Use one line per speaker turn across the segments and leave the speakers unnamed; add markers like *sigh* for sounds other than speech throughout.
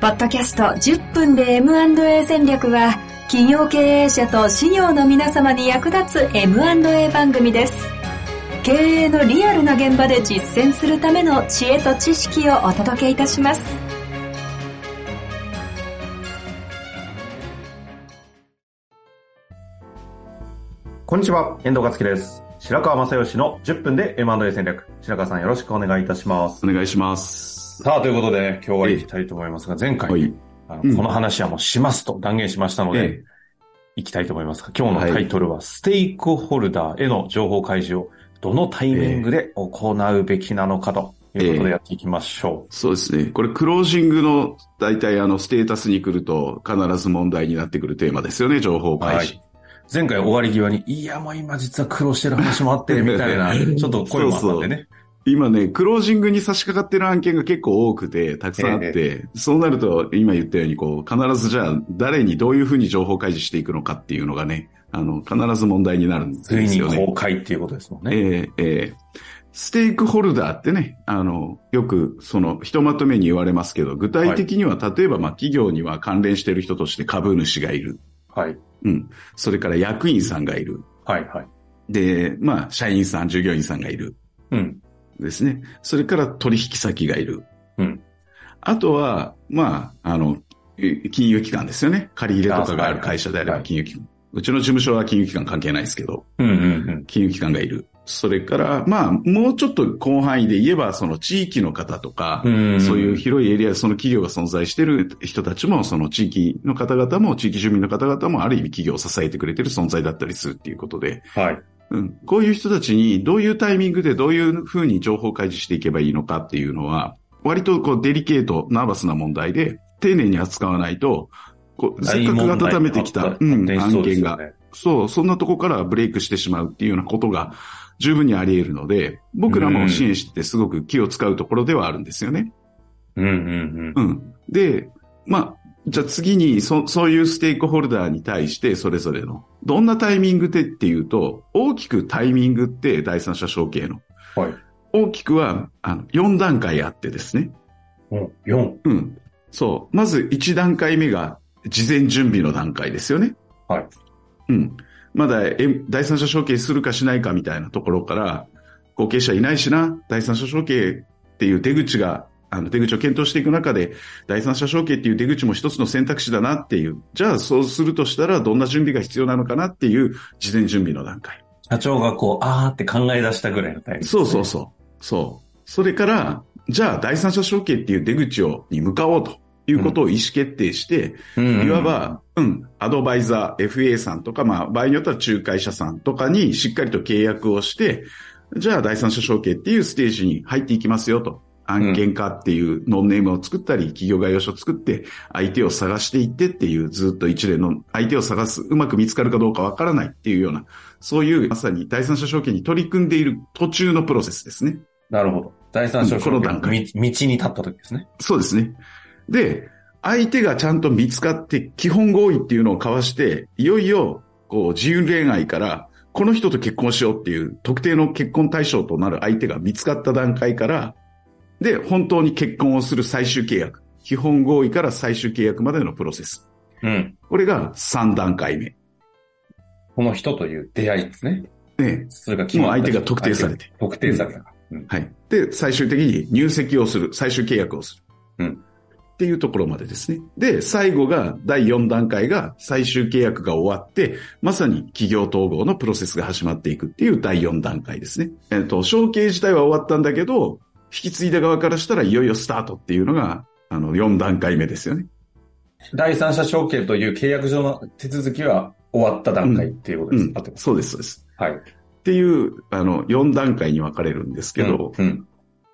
ポッドキャスト10分で M&A 戦略は、企業経営者と資業の皆様に役立つ M&A 番組です。経営のリアルな現場で実践するための知恵と知識をお届けいたします。
こんにちは、遠藤克樹です。白川正義の10分で M&A 戦略。白川さんよろしくお願いいたします。
お願いします。
さあ、ということでね、今日は行きたいと思いますが、前回、
はい。
あの
うん
この話はもうしますと断言しましたので、行きたいと思いますが、今日のタイトルは、ステークホルダーへの情報開示をどのタイミングで行うべきなのかということでやっていきましょ
そうですね。これ、クロージングの、大体、あの、ステータスに来ると、必ず問題になってくるテーマですよね、情報
う。
開
はい
示。。
前回終わり際に、いや、もう今実は苦労してる話もあって、みた
*laughs*
いな、ちょっと声もあったんでね。
今ね、クロージングに差し掛かってる案件が結構多くて、たくさんあって、そうなると、今言ったように、こう、必ずじゃあ、誰にどういうふうに情報開示していくのかっていうのがね、あの、必ず問題になるんです
つ
よね。
いに公開っていうことですもんね。
ええええステークホルダーってね、あの、よく、その、ひとまとめに言われますけど、具体的には、例えば、まあ、企業には関連している人として株主がいる。
はい。
うん。それから役員さんがいる。
はい、はい。
で、まあ、社員さん、従業員さんがいる。
うん。
ですね。それから取引先がいる。
うん。
あとは、まあ、あの、え金融機関ですよね。借り入れとかがあ
あ
る会社であれ
は
ば
い
金融機関。うちの事務所は金融機関関係ないですけど。
うんうんうん。
金融機関がいる。それから、まあ、もうちょっと広範囲で言えば、その地域の方とか、
うん
そういう広いエリア、その企業が存在している人たちも、その地域の方々も、地域住民の方々も、ある意味企業を支えてくれてる存在だったりするっていうことで、
*laughs* はい。
うん、こういう人たちにどういうタイミングでどういうふうに情報開示していけばいいのかっていうのは、割とこうデリケート、ナーバスな問題で、丁寧に扱わないと、こうせっかく温めてきた、うん、案件が、そう、そんなとこからブレイクしてしまうっていうようなことが十分にあり得るので、僕らも支援してすごく気を使うところではあるんですよね。
うんうん
うん。で、まあ、じゃあ次にそ、そういうステークホルダーに対してそれぞれの、どんなタイミングでっていうと、大きくタイミングって第三者承継の。
うん。はい。
大きくは、あの、4段階あってですね。
うん、4。
うん。そう。まず1段階目が、事前準備の段階ですよね。
はい。
うん。まだ、え第三者承継するかしないかみたいなところから、後継者いないしな、第三者承継っていう出口が、あの、出口を検討していく中で、第三者承継っていう出口も一つの選択肢だなっていう、じゃあそうするとしたらどんな準備が必要なのかなっていう事前準備の段階。
社長がこう、あーって考え出したぐらいのタイミング。
そうそうそう。そう。それから、じゃあ第三者承継っていう出口を、に向かおうということを意思決定して、
うんうん
いわ、ば、うん、アドバイザー、FA さんとか、まあ、場合によっては仲介者さんとかにしっかりと契約をして、じゃあ第三者承継っていうステージに入っていきますよと。案件化っていうノンネームを作ったり、企業概要書を作って、相手を探していってっていう、ずっと一連の相手を探す、うまく見つかるかどうかわからないっていうような、そういうまさに第三者承継に取り組んでいる途中のプロセスですね。
なるほど。第三者
うんこの段階
み道に立った時ですね。
そうですね。で、相手がちゃんと見つかって、基本合意っていうのを交わして、いよいよ、こう、自由恋愛から、この人と結婚しようっていう、特定の結婚対象となる相手が見つかった段階から、で、本当に結婚をする最終契約。基本合意から最終契約までのプロセス。
うん。
これが3段階目。
この人という出会いですね。
で、
それが決
もう
まった
相手が特定されて。
特定されたから。うん。
はい。で、最終的に入籍をする、最終契約をする。
うん
っていうところまでですね。で、最後が、第4段階が、最終契約が終わって、まさに企業統合のプロセスが始まっていくっていう第4段階ですね。えっ、と、承継自体は終わったんだけど、引き継いだ側からしたらいよいよスタートっていうのが、あの、4段階目ですよね。
第三者承継という契約上の手続きは終わった段階っていうことで
う
す。
ん
合って。ます。
そうです、そうです。
はい。
っていう、あの、4段階に分かれるんですけど、
うんうん。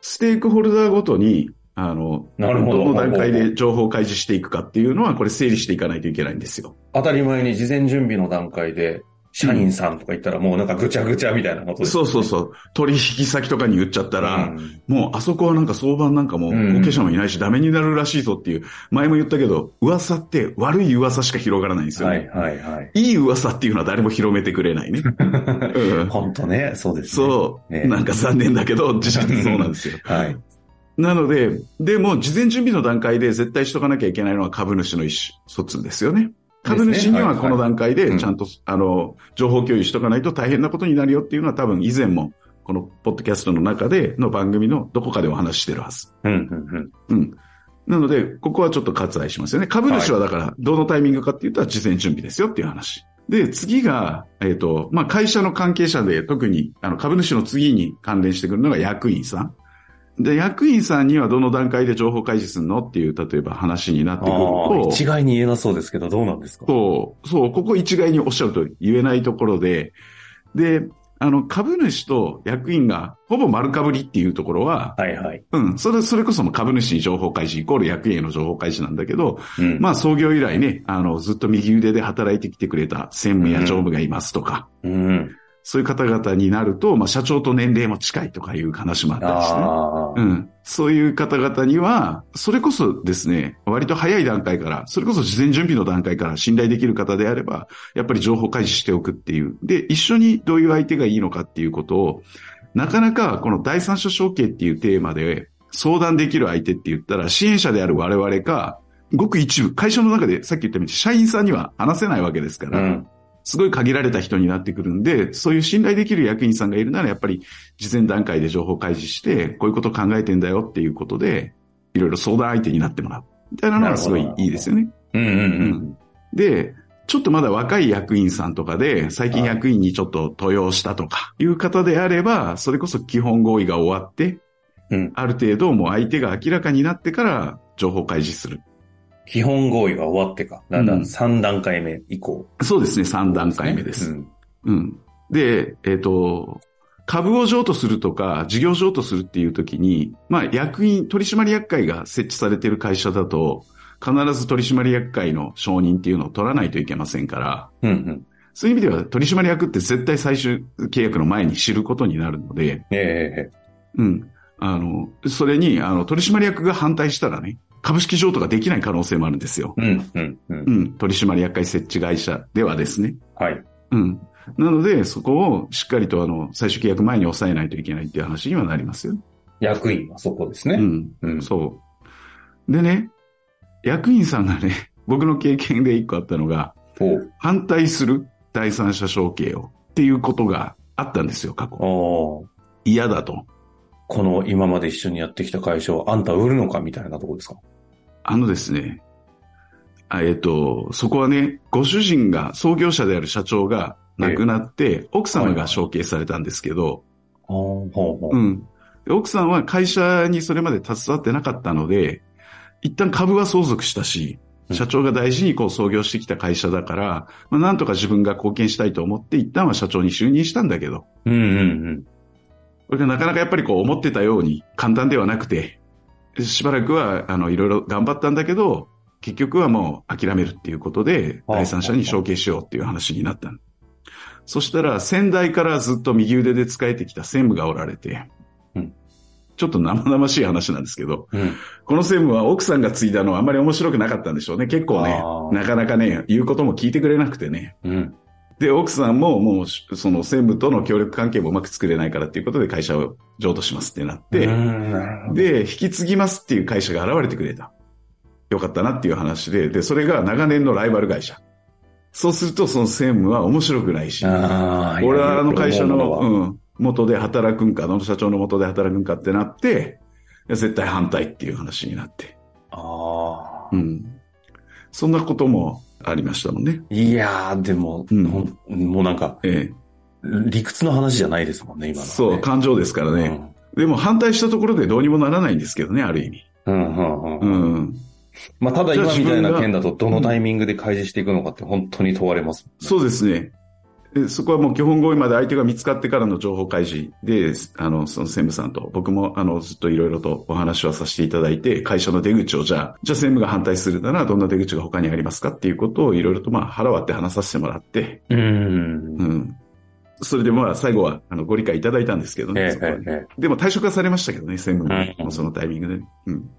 ステークホルダーごとに、あの、
なるほど
の段階で情報を開示していくかっていうのは、これ整理していかないといけないんですよ。
当たり前に事前準備の段階で、社員さんとか言ったらもうなんかぐちゃぐちゃみたいなことです
そうそうそう。取引先とかに言っちゃったら、
うん
もうあそこはなんか相場なんかもう
うん
後継者もいないしダメになるらしいぞっていう、前も言ったけど、噂って悪い噂しか広がらないんですよ
は
ね。
いはいはい。
いい噂っていうのは誰も広めてくれな
*laughs*
いね。うん
本当ね、そうです、ね。
そう、
ね
なんか残念だけど、実質そうなんですよ。
はい。
なので、でも事前準備の段階で絶対しとかなきゃいけないのは株主の意思疎通ですよね。株主にはこの段階でちゃんと、あの、情報共有しとかないと大変なことになるよっていうのは多分以前もこのポッドキャストの中での番組のどこかでお話ししてるはず。
うん、うん、
うん。なので、ここはちょっと割愛しますよね。株主はだから、どのタイミングかって言ったら事前準備ですよっていう話。で、次が、えっ、ー、と、まあ、会社の関係者で特に、あの、株主の次に関連してくるのが役員さん。で、役員さんにはどの段階で情報開示するのっていう、例えば話になってくると。
一概に言えなそうですけど、どうなんですか
そう、そう、ここ一概におっしゃると言えないところで、で、あの、株主と役員がほぼ丸かぶりっていうところは、
はいはい。
うん、それ、それこそ株主に情報開示イコール役員への情報開示なんだけど、うん、まあ創業以来ね、あの、ずっと右腕で働いてきてくれた専務や常務がいますとか、
うん、うん、
そういう方々になると、まあ社長と年齢も近いとかいう話もあったりしてね、ね、うん、そういう方々には、それこそですね、割と早い段階から、それこそ事前準備の段階から信頼できる方であれば、やっぱり情報開示しておくっていう。で、一緒にどういう相手がいいのかっていうことを、なかなかこの第三者承継っていうテーマで相談できる相手って言ったら支援者である我々か、ごく一部、会社の中でさっき言ったように社員さんには話せないわけですから、うん、すごい限られた人になってくるんで、そういう信頼できる役員さんがいるならやっぱり事前段階で情報開示して、こういうこと考えてんだよっていうことで、いろいろ相談相手になってもらう。みたいなのがすごいいいですよね。
うんうんうん。
で、ちょっとまだ若い役員さんとかで、最近役員にちょっと登用したとかいう方であれば、それこそ基本合意が終わって、うん、ある程度もう相手が明らかになってから情報開示する。
基本合意が終わってか。だんだん3段階目以降。
うん、そうですね、3段階目です。う,ですね、うん、うん。で、えっ、ー、と、株を譲渡するとか、事業譲渡するっていう時に、まあ役員、取締役会が設置されている会社だと、必ず取締役会の承認っていうのを取らないといけませんから、
うんうん、
そういう意味では取締役って絶対最終契約の前に知ることになるので、
え
ー、うん。あの、それに、あの、取締役が反対したらね、株式譲渡ができない可能性もあるんですよ。。
うん、うん、うん。うん
取締役会設置会社ではですね。
はい。
うん。なので、そこをしっかりと、あの、最終契約前に抑えないといけないっていう話にはなりますよ、ね。
役員はそこですね。
うん。うん、そう。でね、役員さんがね、 *laughs* 僕の経験で一個あったのが、反対する第三者承継をっていうことがあったんですよ、過去。嫌だと。
この今まで一緒にやってきた会社をあんた売るのかみたいなとこですか
あのですね、えっ、ー、と、そこはね、ご主人が、創業者である社長が亡くなって、えー、奥様が承継されたんですけど、、
うん
奥さんは会社にそれまで携わってなかったので、一旦株は相続したし、社長が大事にこう創業してきた会社だから、まあ、なんとか自分が貢献したいと思って、一旦は社長に就任したんだけど。
うんうんうん。
これがなかなかやっぱりこう思ってたように簡単ではなくて、しばらくは、あの、いろいろ頑張ったんだけど、結局はもう諦めるっていうことで、第三者に承継しようっていう話になった。そしたら、先代からずっと右腕で使えてきた専務がおられて、ちょっと生々しい話なんですけど、
うん、
この専務は奥さんが継いだのはあんまり面白くなかったんでしょうね。結構ね、なかなかね、言うことも聞いてくれなくてね。
うん、
で、奥さんももう、その専務との協力関係もうまく作れないからっていうことで会社を譲渡しますってなって、で、引き継ぎますっていう会社が現れてくれた。よかったなっていう話で、で、それが長年のライバル会社。そうすると、その専務は面白くないし、俺はあの会社の、うん、元で働くんか、あの社長の元で働くんかってなって、絶対反対っていう話になって。
あ
あ。うん。そんなこともありましたもんね。
いやー、でも、うん、もうなんか、
ええ、
理屈の話じゃないですもんね、今の、ね、
そう、感情ですからね、うん、でも反対したところでどうにもならないんですけどね、ある意味。
うん、うん、うん。
うん。
まあ、ただ今みたいな件だと、どのタイミングで開示していくのかって本当に問われます、ね
うん、そうですね。そこはもう基本合意まで相手が見つかってからの情報開示で、あの、その専務さんと、僕もあの、ずっといろいろとお話はさせていただいて、会社の出口をじゃあ、じゃあ専務が反対するならどんな出口が他にありますかっていうことをいろいろとまあ腹割って話させてもらって、
うん,
うん。それでまあ最後はあのご理解いただいたんですけどね。
えー、え
ー、でも退職はされましたけどね、専務もそのタイミングで、ね、うん。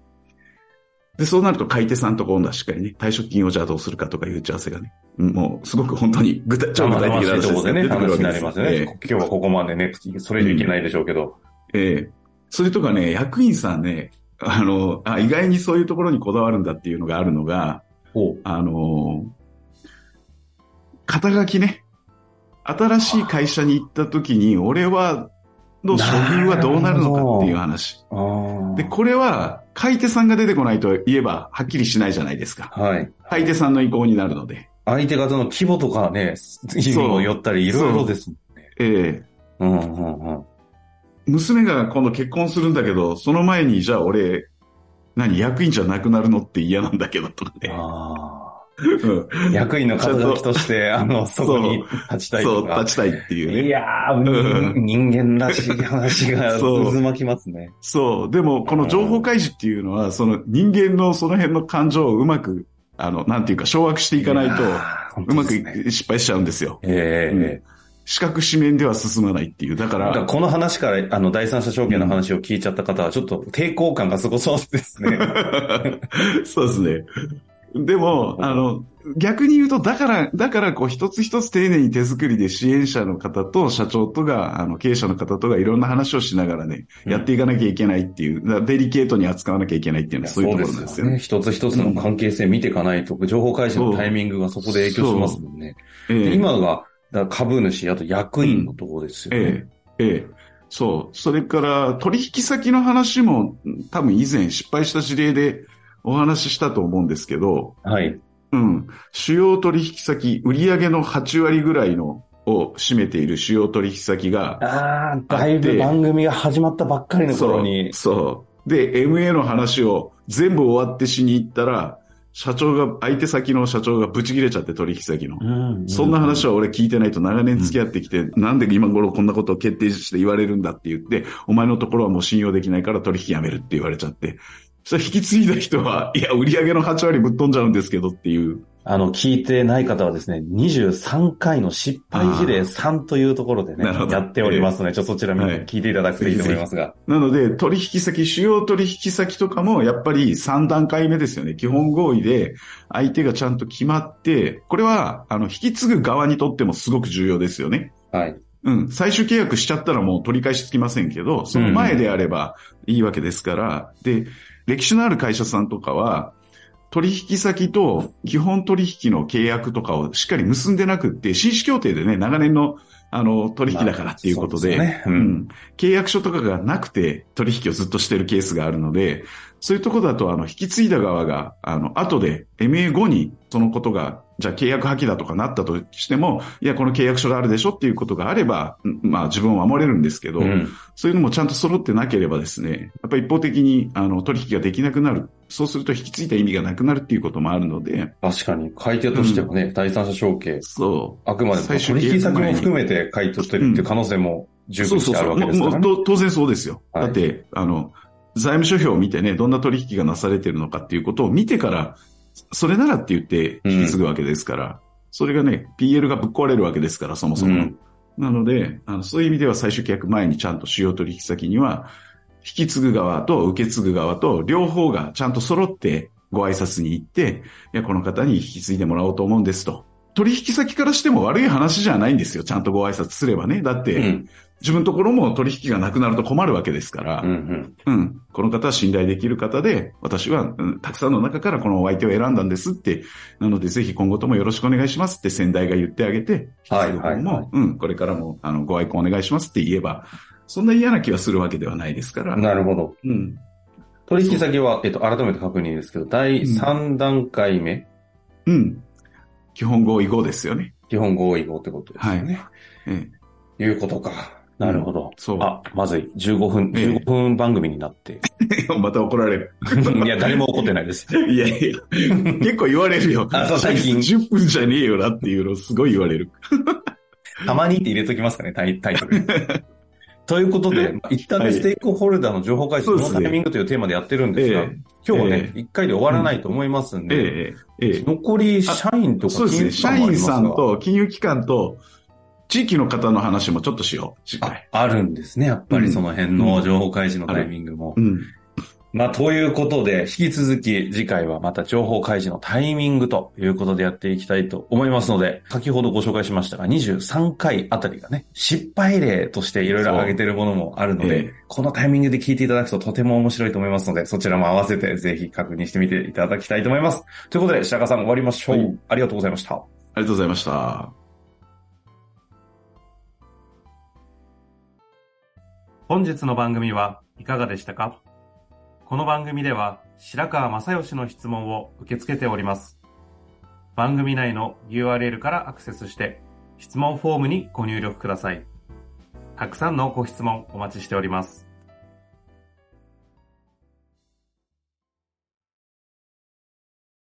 で、そうなると買い手さんと今度はしっかりね、退職金をじゃあどうするかとかいう打ち合わせがね、もうすごく本当に具体超具体的な
話
で
ね、話になりますね。えー、今日はここまでね、それ以上いけないでしょうけど。
ええー、それとかね、役員さんね、あのあ、意外にそういうところにこだわるんだっていうのがあるのが、
お
あの、肩書きね。新しい会社に行った時に、俺は、の処遇はどうなるのかっていう話。
あ
で、これは、買い手さんが出てこないと言えば、はっきりしないじゃないですか。
はい。
買い手さんの意向になるので。
相手方の規模とかね、意味を寄ったり、いろいろですもんね。
ええ
うんうんうん。
娘が今度結婚するんだけど、その前に、じゃあ俺、何、役員じゃなくなるのって嫌なんだけど、とかね。
あ
う
あ。
ん
役員の肩書きとして、あの、そこに立ちたい
そ
と
う、
か。
立ちたいっていう
い
ね。
やー、
う
人間らしい話が
そう
渦巻きますね。
そう、でも、この情報開示っていうのは、その人間のその辺の感情をうまく、あの、なんていうか、掌握していかないと、うまく
いやー本当ですね
い失敗しちゃうんですよ。
ええ
うん視覚紙面では進まないっていう。だか、
なんからこの話から、あの、第三者証券の話を聞いちゃった方は、ちょっと抵抗感がすごそうですね。
*laughs* そうですね。でも、あの、逆に言うと、だから、だから、こう、一つ一つ丁寧に手作りで支援者の方と社長とが、あの、経営者の方とがいろんな話をしながらね、 *laughs* やっていかなきゃいけないっていう、だからデリケートに扱わなきゃいけないっていうのはそういうところなんですよね。
一つ一つの関係性見ていかないと、情報開示のタイミングがそこで影響しますもんね。
え
で
え
今が、だから株主、あと役員のところですよね。
ええ、ええ。そう。それから、取引先の話も、多分以前失敗した事例でお話ししたと思うんですけど、
はい。
うん。主要取引先、売上の8割ぐらいの、を占めている主要取引先が、
ああ、だいぶ番組が始まったばっかりの頃に、
そう。で、MA の話を全部終わってしに行ったら、社長が、相手先の社長がブチ切れちゃって取引先の。そんな話
を。
は俺聞いてないと長年付き合ってきて、なんで今頃こんなことを決定して言われるんだって言って、お前のところはもう信用できないから取引やめるって言われちゃって。そしたら引き継いだ人は、いや、売り上げの8割ぶっ飛んじゃうんですけどっていう。
あの、聞いてない方はですね、23回の失敗事例3というところでね
なるほ、ど
やっておりますので、ちょっとそちら見て聞いていただくといいと思いますが。
なので、取引先、主要取引先とかも、やっぱり3段階目ですよね。基本合意で、相手がちゃんと決まって、これは、あの、引き継ぐ側にとってもすごく重要ですよね。
はい。
うん、最終契約しちゃったらもう取り返しつきませんけど、その前であればいいわけですから、で、歴史のある会社さんとかは、取引先と基本取引の契約とかをしっかり結んでなくって、紳士協定でね、長年の、あの、取引だからっていうことで、
まあそうです
う
ねうん
ん、契約書とかがなくて取引をずっとしてるケースがあるので、そういうとこだと、あの、引き継いだ側が、あの、後で MA 後にそのことが、じゃあ契約破棄だとかなったとしても、いや、この契約書があるでしょっていうことがあれば、んまあ自分を守れるんですけど、
うん
そういうのもちゃんと揃ってなければですね、やっぱり一方的に、あの、取引ができなくなる。そうすると引き継いだ意味がなくなるっていうこともあるので、
確かに、買い手としてもね、第三者承継、
そう。
あくまでも
最終契
取
約
引先も含めて買い取してるっていう可能性も十分にあるわけですからね。
もうもうと当然そうですよ。
はい
だって、あの、財務諸表を見てね、どんな取引がなされてるのかっていうことを見てから、それならって言って引き継ぐわけですから、それがね、PL がぶっ壊れるわけですから、そもそも。
うん
なのであの、そういう意味では最終契約前にちゃんと主要取引先には、引き継ぐ側と受け継ぐ側と両方がちゃんと揃ってご挨拶に行って、いや、この方に引き継いでもらおうと思うんですと。取引先からしても悪い話じゃないんですよ。ちゃんとご挨拶すればね。だって、
うん
自分のところも取引がなくなると困るわけですから、
うんうん
うんこの方は信頼できる方で、私は、うんたくさんの中からこのお相手を選んだんですって、なのでぜひ今後ともよろしくお願いしますって先代が言ってあげて、
はい
引き継ぐ方も
はいはい
うん、これからもあのご愛顧お願いしますって言えば、そんな嫌な気はするわけではないですから、
なるほど。
うん、
取引先は、えっと、改めて確認ですけど、第3段階目、
うん、基本合意後ですよね。
基本合意後ってことですよね。
ええ
いうことか。なるほど。
そう
あ、まずい。15分、
ええ
15分番組になって。
*laughs* また怒られる。
いや、誰も怒ってないです。
いやいや、
*laughs*
結構言われるよ。
あそう最近
*laughs* 10分じゃねえよなっていうのすごい言われる。
たまにって入れときますかね、タイタイトル。
*laughs*
ということで、一旦
は
ね、
い
ステークホルダーの情報開示、
そうで
こ
すね
のタイミングというテーマでやってるんですが、
え
今日はね
え、
一、回で終わらないと思いますん
え
で、
ええええ
残り社員とか
そうですね。社員さん
と
と金融機関と地域の方の話もちょっとしよう。次
あ
回。
あるんですね、やっぱりその辺の情報開示のタイミングも。
うん。
まあ、ということで、引き続き次回はまた情報開示のタイミングということでやっていきたいと思いますので、先ほどご紹介しましたが、23回あたりがね、失敗例としていろいろ挙げてるものもあるので、
ええ
このタイミングで聞いていただくととても面白いと思いますので、そちらも合わせてぜひ確認してみていただきたいと思います。ということで、白川さん終わりましょう。
はい
ありがとうございました。
ありがとうございました。
本日の番組はいかがでしたかこの番組では白川正義の質問を受け付けております。番組内の URL からアクセスして質問フォームにご入力ください。たくさんのご質問お待ちしております。